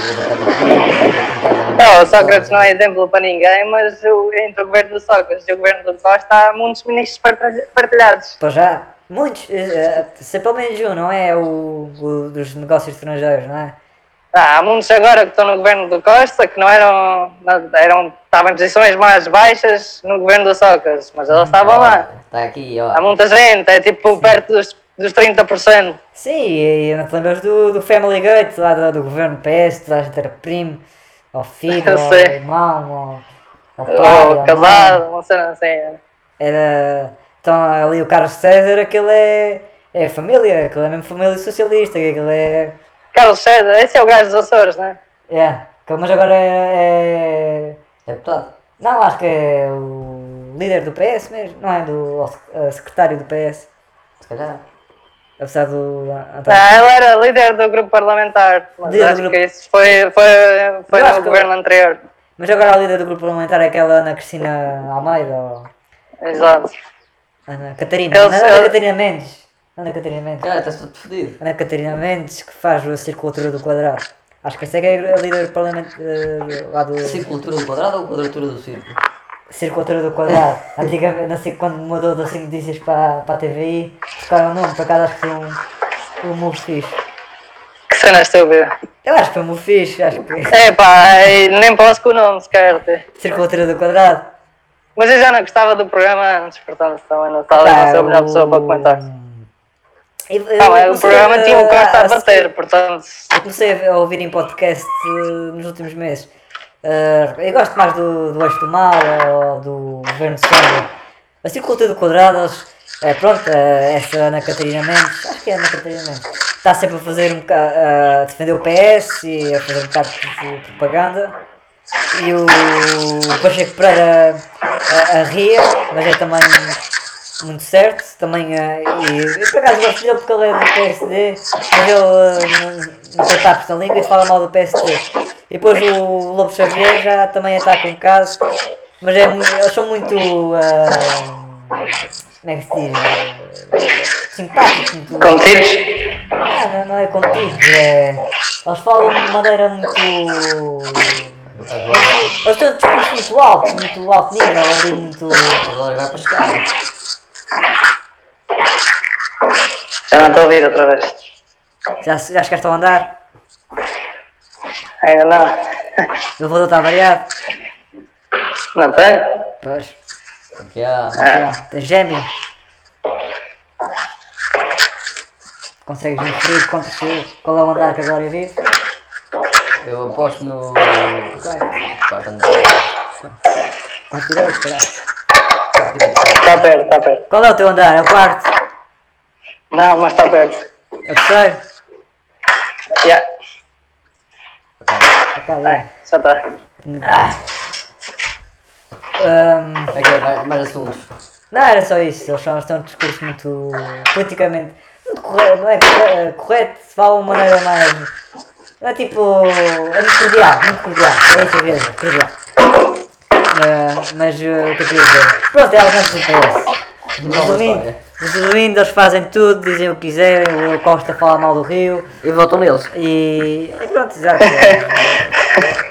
S1: e, e,
S3: Não, o Sócrates não é exemplo para ninguém, mas o, entre o governo do Sócrates e o governo do Costa há muitos ministros partilha- partilhados.
S2: Pois já, Muitos, eh, eh, se pelo menos um, não é? O, o dos negócios estrangeiros, não é?
S3: Ah, há muitos agora que estão no governo do Costa que não eram, não- eram estavam em posições mais baixas no governo do Socas, mas elas estavam lá.
S1: Está aqui, ó.
S3: Há muita gente, é tipo perto dos, dos 30%.
S2: Sim, e não te lembras do, do Family Gate, lá do, do governo PS, toda a gente era primo, ao filho,
S3: Eu
S2: ao
S3: sei.
S2: irmão, ao, ao pai, à
S3: Ou
S2: mãe.
S3: casado, assim, não sei, não sei.
S2: Era, então ali o Carlos César, aquele é, é família, aquele é mesmo família socialista, aquele é...
S3: Carlos César, esse é o gajo dos Açores, né?
S2: É, aquele- mas agora é, é-
S1: É deputado.
S2: Não, acho que é o líder do PS mesmo, não é do o secretário do PS,
S1: Se calhar.
S2: apesar do António...
S3: Ah, ele era líder do grupo parlamentar,
S2: Tá.
S3: mas
S2: Líder do
S3: acho
S2: grupo.
S3: que isso foi, foi, foi
S2: Eu acho
S3: no
S2: que-
S3: governo anterior.
S2: Mas agora a líder do grupo parlamentar é aquela Ana Cristina Almeida, ou...
S3: Exato.
S2: Ana Catarina,
S3: Eu
S2: Ana,
S3: sei.
S2: Ana Catarina Mendes. Ana Catarina Mendes.
S1: Cara, estás todo fodido.
S2: Ana Catarina Mendes que faz a circulatura do quadrado. Acho que essa é que é a líder parlamentar eh, lá do
S1: Circulatura do quadrado ou quadratura do círculo?
S2: circulatura do quadrado. Antigamente, não sei quando mudou das 5 notícias para, para a TVI, trocaram o nome, por acaso acho que foi um, um move fixe.
S3: Que cena estúpida.
S2: Eu acho que foi um move fixe, acho que.
S3: É pá, nem posso com o nome sequer. tê.
S2: Circulatura do quadrado.
S3: Mas eu já não gostava do programa antes, portanto, também não estava
S2: Pá,
S3: não sou um a melhor
S2: o-
S3: pessoa para comentar.
S2: Eu- eu
S3: Não, é, o
S2: comecei
S3: programa tinha um quarto a bater,
S2: seguir-
S3: portanto.
S2: Eu comecei a ver- a ouvir em podcast eh, nos últimos meses. Eh, eu gosto mais do, do Eixo do Mal ou do Governo de Sombra. Assim, A Circulatura do Quadrado, eles- é, pronto, eh, essa Ana Catarina Mendes, acho que é Ana Catarina Mendes, está sempre a fazer um bocado, a defender o PS e a fazer um bocado de propaganda. E o Pacheco Pereira eh, a, a ria, mas é também muito certo. Também, eh, e, eu por acaso gosto dele porque ele é do PSD, mas ele eh, não, não tem tapos na língua e fala mal do PSD. E depois o Lobo Xavier já também ataca um caso, mas é, mu- eles são muito. eh, como é que se diz? Eh, Simpáticos, muito.
S3: Contidos?
S2: Ah, não, não é contigo, é. Eles falam de maneira muito. Eles têm um discurso muito alto, muito alto nível, ali muito.
S1: Agora vai para as casas.
S3: Já não estou a ouvir outra vez.
S2: Já, se- já chegaste ao andar?
S3: Ainda não.
S2: O elevador está variado?
S3: Não tem?
S2: Pois.
S1: Porque há.
S3: Ah,
S2: Tem gêmeo. Consegues me frio quanto que Qual é o andar que agora eu vivo?
S1: Eu aposto no. Quarto andar.
S2: Quanto direito, caralho.
S3: está perto, está perto.
S2: Qual é o teu andar? É o quarto?
S3: Não, mas está perto.
S2: É o terceiro?
S3: Yeah.
S2: Ok,
S3: Ai,
S2: é.
S3: já está.
S2: Ahm,
S1: Ok, É mais, mais assuntos.
S2: Não, era só isso. Eles falam, têm um discurso muito politicamente. Muito correto, não é corre- correto, se fala de uma maneira mais. Não é tipo. É muito cordial, muito cordial. É isso mesmo, cordial. Ah, mas eh, o que eu queria dizer? Pronto, é alcanço do PS.
S1: Não, mas
S2: Resumindo,
S1: olha.
S2: resumindo, eles fazem tudo, dizem o que quiserem. O Costa fala mal do Rio
S1: E votam neles.
S2: e. e pronto, exato.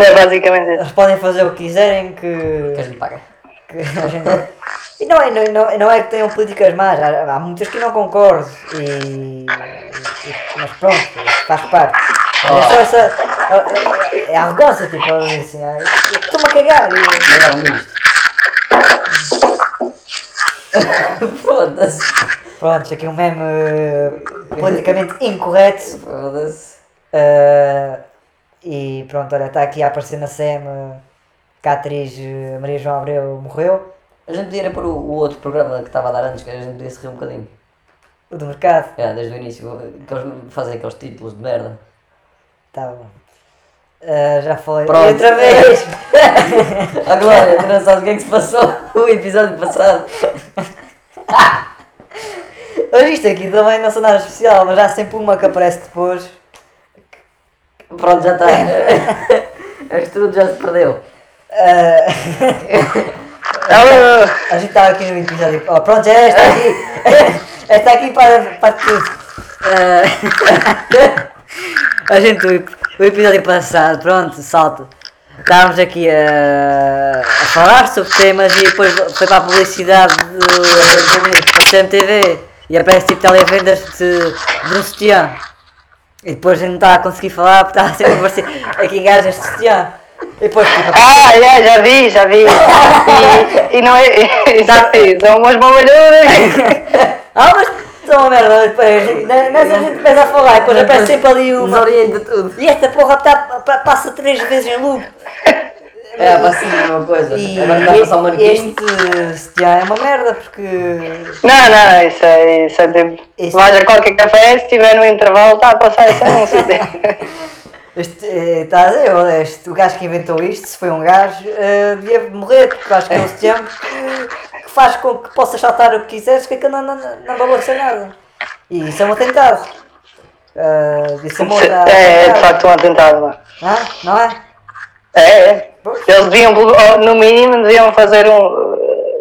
S3: É basicamente isso.
S2: Eles podem fazer o que quiserem, que.
S1: Queres me pagar?
S2: que a gente- E não, é- não, não, não é que tenham políticas más, há, há muitas que não concordo. E, e- mas pronto, faz parte. Mas É só essa. é- É, é arrogância, tipo, assim, é, estou-me a cagar. e-
S1: Pagaram isto. Foda-se.
S2: Pronto, isso aqui é um meme eh, politicamente incorreto.
S1: Foda-se.
S2: eh, e pronto, olha, está aqui a aparecer na CM eh, que a atriz eh, Maria João Abreu morreu,
S1: A gente podia ir para o, o outro programa que estava a dar antes, que a gente podia se rir um bocadinho.
S2: o do mercado.
S1: É, desde o início, que eles fazem aqueles títulos de merda.
S2: Tá bom. Eh, já falei.
S1: Pronto.
S2: Outra vez!
S1: A Glória, tu não sabes o que é que se passou o episódio passado.
S2: Hoje isto aqui também não sou nada especial, mas há sempre uma que aparece depois.
S1: Pronto, já está. Acho que tudo já se perdeu.
S2: Ah,
S3: Alô!
S2: a gente estava aqui no episódio. Oh, pronto, já é esta aqui. esta aqui eh, para, para tudo. Eh, Ah, a gente, o ep- o episódio passado, pronto, salto. Estávamos aqui a, a falar sobre temas e depois foi para a publicidade do CMTV e aparece tipo televendas de, de um sutiã. E depois a gente não está a conseguir falar porque está sempre a aparecer aqui em gajas de sutiã. E depois tipo,
S3: Ah, já, já vi, já vi. E, e não é. Já vi, são umas bombalhudas.
S2: ah, mas são uma merda. Depois, né- nessa a gente começa a falar e depois aparece sempre ali uma.
S1: Desorienta tudo.
S2: E esta porra tá, pa- passa três vezes em loop.
S1: É, passa a mesma coisa.
S2: E
S1: Agora está a passar o manequim.
S2: este sutiã é uma merda porque.
S3: Não, não, isso é, isso é tipo.
S2: Isso.
S3: Vais a qualquer café, se tiver no intervalo, está a passar é um esse anúncio.
S2: Este, eh, tá a dizer, olha, este- o gajo que inventou isto, se foi um gajo, eh, devia morrer, porque eu acho que é um sutiã que, que faz com que possas saltar o que quiseres, que aquilo não, não, não não balança nada. E isso é um atentado. Eh, disse amor à-
S3: É, é de facto um atentado lá.
S2: Hã? Não é?
S3: É, é.
S2: Pois.
S3: Eles deviam, ou, no mínimo, deviam fazer um.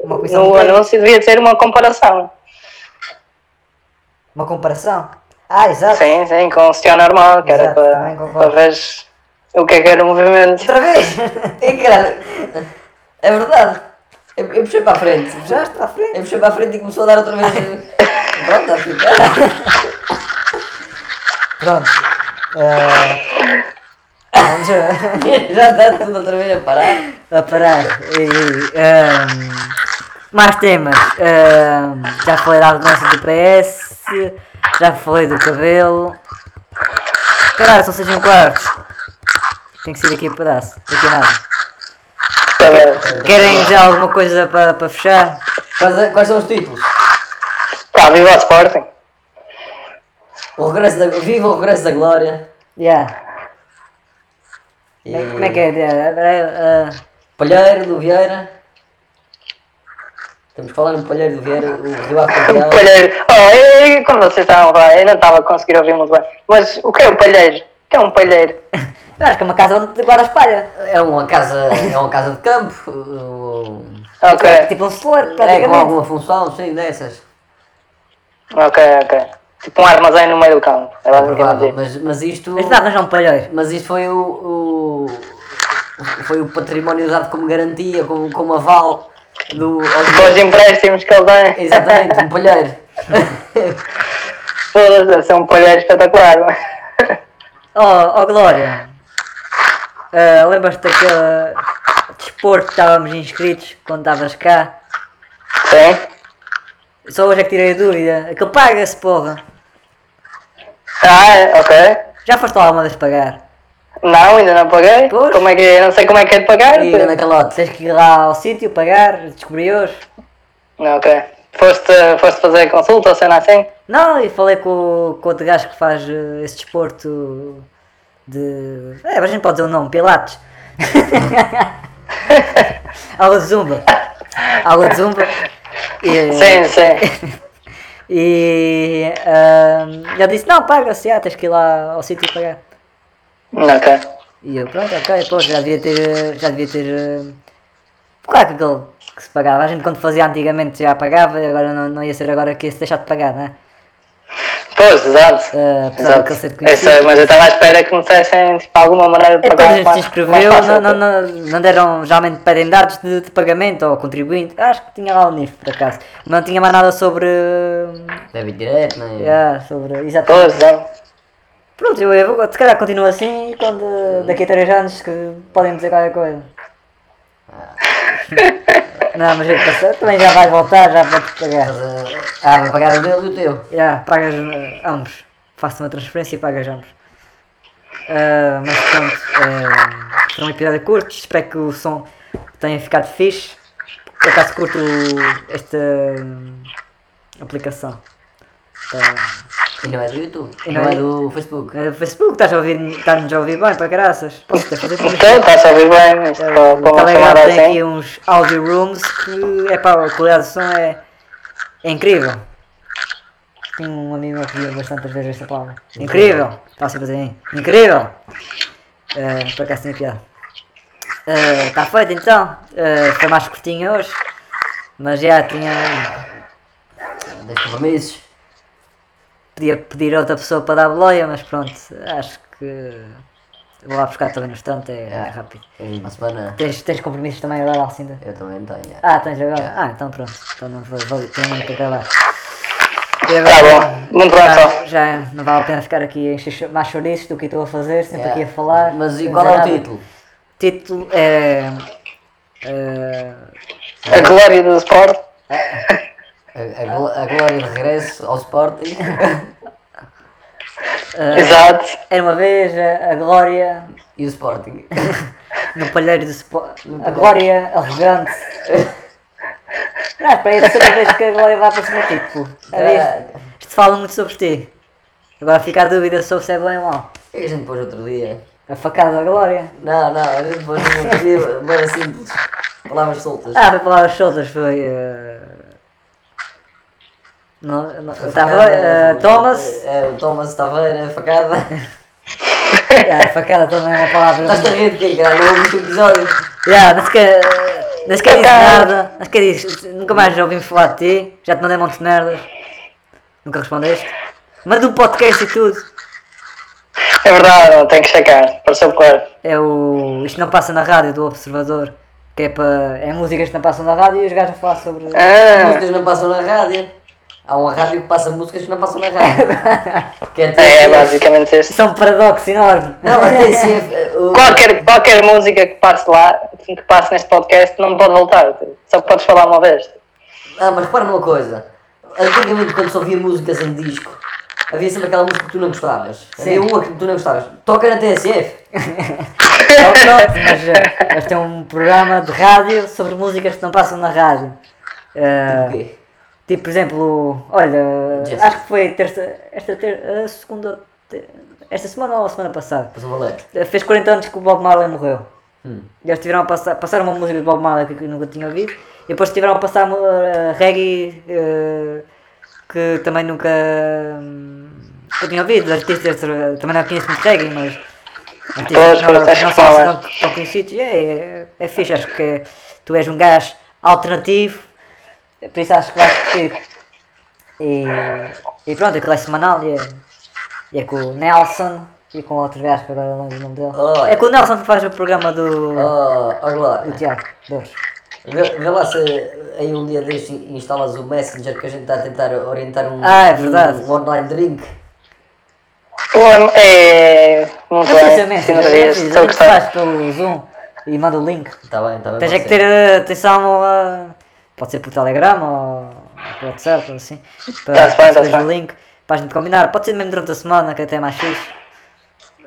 S2: Uma coisa
S3: No
S2: muito bem.
S3: anúncio devia ter uma comparação.
S2: Uma comparação. Ah, exato.
S3: Sim, sim, com o senhor normal, que era
S2: Exato,
S3: para,
S2: também concordo.
S3: para ver o que é que era o movimento.
S2: Outra vez!
S1: É, caralho. É verdade. Eu, eu puxei para a frente.
S2: Já está à frente.
S1: Eu puxei para a frente e começou a dar outra vez. eh, Pronto, a ficar.
S2: Pronto. Eh, vamos ver.
S1: Já está tudo outra vez a parar.
S2: a parar. E, ahm, mais temas. Ahm, já falei da mudança do PS, já falei do cabelo. Caralho, são seis e um quarto. Tem que sair aqui a pedaço, daqui a nada.
S3: Tá bem.
S2: Querem já alguma coisa para para fechar?
S1: Quais, quais são os títulos?
S3: Pá, viva o Sporting.
S1: O regresso da, viva o regresso da glória.
S2: Yeah.
S1: E
S2: Como é que é? Yeah, eh, eh,
S1: Palheiro do Vieira. Temos que falar no Palheiro do Vieira, o rival
S3: O
S1: campeão.
S3: palheiro. Oh, eu, eu- como vocês estavam lá, eu não estava a conseguir ouvir muito bem. Mas o que é o palheiro? O que é um palheiro?
S2: eu acho que é uma casa onde guardas palha.
S1: É uma casa, é uma casa de campo. um-
S3: Ok,
S2: Tipo um celular,
S1: É com
S2: praticamente.
S1: alguma função, sim, dessas.
S3: ok, ok. Tipo um armazém no meio do campo. É basicamente
S1: Provável,
S3: isso.
S1: mas, mas isto.
S2: Mas nada, já um palheiro.
S1: Mas isto foi o, o- Foi o património usado como garantia, como, como aval do.
S3: Com os empréstimos que ele tem.
S1: Exatamente, um palheiro.
S3: Foda-se, deve ser um palheiro espetacular. não é?
S2: Oh, oh Glória, Ah, lembras-te daquele desporto que estávamos inscritos quando estavas cá?
S3: Sim?
S2: Só hoje é que tirei a dúvida. Aquele paga-se, porra.
S3: Ah, é, ok.
S2: Já foste lá uma vez pagar.
S3: Não, ainda não paguei.
S2: Pois.
S3: Como é que Eu não sei como é que é de pagar.
S1: E na calote.
S2: Tens que ir lá ao sítio pagar, descobri hoje.
S3: Não, ok. Foste, foste fazer a consulta ou cena assim?
S2: Não, e falei com, o- com outro gajo que faz eh, esse desporto de. É, a gente pode dizer o nome, Pilates. Aula de zumba. Aula de zumba. E-
S3: Sim, sim.
S2: E ahm, ele disse, não, paga-se, ah, tens que ir lá ao sítio e pagar.
S3: ok.
S2: E eu, pronto, ok, pô, já devia ter, eh, já devia ter, eh, claro que aquele que se pagava, a gente quando fazia antigamente já pagava, e agora não, não ia ser agora que ia se deixar de pagar, né?
S3: Pois, exato.
S2: Eh, apesar de
S3: Exato.
S2: ele ser
S3: Eu
S2: conhecido.
S3: sei, mas eu estava à espera que me dissessem tipo, alguma maneira de
S2: É quando
S3: pagar.
S2: a gente se
S3: mais-
S2: inscreveu,
S3: mais
S2: não,
S3: fácil.
S2: não, não, não deram, geralmente pedem dados de, de pagamento ou contribuinte, acho que tinha lá o NIF, por acaso. Não tinha mais nada sobre, eh,
S1: Deve ir direto, não é?
S2: ah, sobre, exatamente.
S3: Pois, exato.
S2: Pronto, eu, eu vou- se calhar continuo assim e quando eh, daqui a 3 anos que podem dizer qualquer coisa. Não, mas eu passei, também já vai voltar, já vou te pagar.
S1: Mas, eh, Ah, vai pagar o dele e o teu.
S2: Já, pagas eh, ambos. Faço uma transferência e pagas ambos. Ah, mas pronto, eh, foi um episódio curto, espero que o som tenha ficado fixe. Por acaso curto esta hum, aplicação. Tá.
S1: E não é do YouTube.
S2: E
S1: E
S2: não
S1: não é
S2: é-
S1: do Facebook.
S2: Eh, Facebook, estás a ouvir, estás-nos a ouvir bem, para graças. Posso até fazer publicidade.
S3: Então, está a ouvir bem, isto
S2: É,
S3: com
S2: O
S3: com uma
S2: Telegram
S3: chamada
S2: tem aqui
S3: assim.
S2: uns audio rooms que é pá, a qualidade do som é, é incrível. Tinha um amigo meu que dizia bastantes vezes esta palavra. Incrível! Está sempre a dizer hein? incrível! Eh, por acaso tinha piada. Está feito então. Eh, foi mais curtinho hoje. Mas já tinha.
S1: Dos compromissos.
S2: Podia pedir a outra pessoa para dar boleia, mas pronto, acho que. Vou lá buscar também no estante, é,
S1: É.
S2: rápido.
S1: Uma semana.
S2: Tens, tens compromissos também agora, Alcinda?
S1: Eu também tenho.
S2: Ah, tens agora? Ah, então pronto. Então não vou, vou tenho muito que acabar. um-
S3: Tá bom, muito então. bom,
S2: Já,
S3: pessoal.
S2: já não vale a pena ficar aqui a encher cho- mais chouriços do que estou a fazer, sempre
S1: Yeah.
S2: aqui a falar.
S1: É. Mas e
S2: sem
S1: qual
S2: dizer
S1: é o
S2: nada.
S1: título?
S2: Título é. é,
S3: A glória do Sport.
S1: A, a glo- a glória de regresso ao Sporting.
S2: Ah.
S3: Exato.
S2: era uma vez a, a Glória
S1: e o Sporting.
S2: no palheiro do Sport. A Glória arrogante. Não, para aí, é a terceira vez que a Glória vai para o segundo título. É isto. Isto fala muito sobre ti. Agora fica a dúvida sobre se é bem ou mal.
S1: E a gente depois outro dia.
S2: A facada da Glória.
S1: Não, não, a gente depois outro dia. Mas era simples. Palavras soltas.
S2: Ah, foi palavras soltas, foi. eh, Não, não, estava, eh, Thomas.
S1: É, o Thomas Taveira, facada.
S2: Ah, facada também é uma palavra.
S1: Estás a rir de um quem, cara? Não ouviste o episódio.
S2: Yeah, não sequer, não sequer disse nada, não sequer disse, nunca mais ouvi falar de ti, já te mandei montes de merdas, nunca respondeste. Manda um podcast e tudo,
S3: É verdade, eu tenho que checar. Pareceu claro.
S2: é o Isto Não Passa na Rádio do Observador, que é para. é músicas que não passam na rádio e os gajos falam sobre. É.
S3: Ah,
S1: Músicas não passam na rádio. Há uma rádio que passa músicas que não passam na rádio. Que é,
S3: é,
S1: TSF.
S3: basicamente isso.
S2: Isso é um paradoxo enorme.
S1: Não, mas TSF, eh, o-
S3: Qualquer, qualquer música que passe lá, que passe neste podcast, não pode voltar. Só podes falar uma vez.
S1: Ah, mas repara numa coisa. Antigamente, quando só havia músicas em disco, havia sempre aquela música que tu não gostavas. Havia uma que tu não gostavas. Toca na TSF.
S2: Não, não, mas, Então, eh, mas tem um programa de rádio sobre músicas que não passam na rádio. Eh,
S1: O quê?
S2: Tipo, por exemplo, olha,
S1: Yes.
S2: acho que foi terça, esta ter, a segunda, te- esta semana ou a semana passada.
S1: Passou o valete.
S2: Fez 40 anos que o Bob Marley morreu.
S1: Hum.
S2: E eles tiveram a passar, passaram uma música do Bob Marley que eu nunca tinha ouvido. E depois tiveram a passar eh, reggae eh, que também nunca, hum, nunca tinha ouvido. Artistas, eh, também não conheço muito reggae, mas
S3: Pois,
S2: artistas
S3: pois, tens que
S2: não
S3: falar.
S2: são tão- tão conhecidos. E É, é, é fixe, acho que tu és um gajo alternativo, por isso acho que vais curtir. E, e pronto, aquilo é semanal e é, e é com o Nelson e com outro gajo que agora não lembro o nome dele.
S1: Oh,
S2: é com o Nelson que faz o programa do,
S1: Oh, oh
S2: do
S1: Glória.
S2: Tiago. Deus.
S1: Vê, vê lá se aí um dia destes instalas o Messenger que a gente está a tentar orientar um,
S2: Ah, é verdade.
S1: um online drink.
S3: Bom, é.
S2: Não
S3: Muito
S2: sei se é
S3: bem.
S2: mesmo,
S3: Senhoras e
S2: é
S3: senhores,
S2: preciso,
S3: estou a
S2: a gente
S3: gostar.
S2: faz pelo Zoom e manda o link.
S1: Está Tá bem, está bem.
S2: Tens é
S1: pode
S2: que
S1: ser.
S2: ter eh, atenção a. Pode ser por Telegram ou por WhatsApp ou assim. Para
S3: Tá-se bem, tá-se
S2: receberes
S3: bem.
S2: o link, para a gente combinar. Pode ser mesmo durante a semana, que até é mais fixe.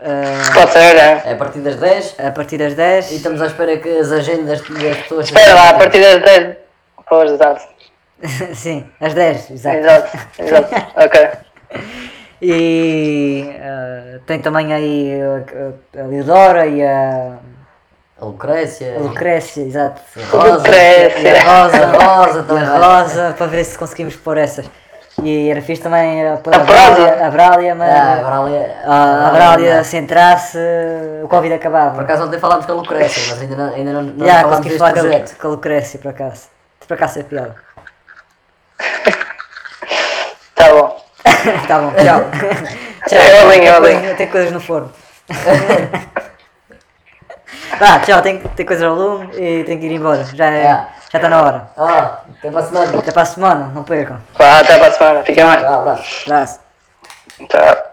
S2: Eh,
S3: Pode ser, é.
S1: É a partir das 10
S2: a partir das
S1: e
S2: 10.
S1: estamos à espera que as agendas das pessoas.
S3: Espera lá, a partir das 10. Pois, exato.
S2: Sim, às 10, exato.
S3: Exato, exato. Ok.
S2: E eh, tem também aí eh, a, a Leodora e a
S1: A Lucrécia.
S2: a Lucrécia, exato.
S1: A Rosa.
S3: Lucrécia.
S1: A Rosa, a Rosa
S2: E
S1: também.
S2: a Rosa, para ver se conseguimos pôr essas. E era fixe também era pôr a
S3: A Brália.
S2: Brália, a Brália, mas eh,
S1: Ah, a Brália.
S2: a, a Brália se entrasse, o Covid
S1: Por
S2: acabava.
S1: acaso ontem falámos com a Lucrécia, mas ainda não, ainda não, não
S2: Já,
S1: falámos é.
S2: conseguimos
S1: deste
S2: falar com a,
S1: projeto.
S2: com a Lucrécia, por acaso. Por acaso é piada.
S3: Tá bom.
S2: tá bom, tchau.
S3: Eu venho, eu venho.
S2: Tem coisas no forno. Vá, tchau, tem, tem coisas ao lume e tenho que ir embora. Já é-
S1: Yeah.
S2: já está na hora.
S1: Ah, até para a semana.
S2: Até para a semana, não percam.
S3: Vá, até para a semana. Fiquem bem.
S1: Ah, abraço.
S2: Abraço.
S3: Tchau.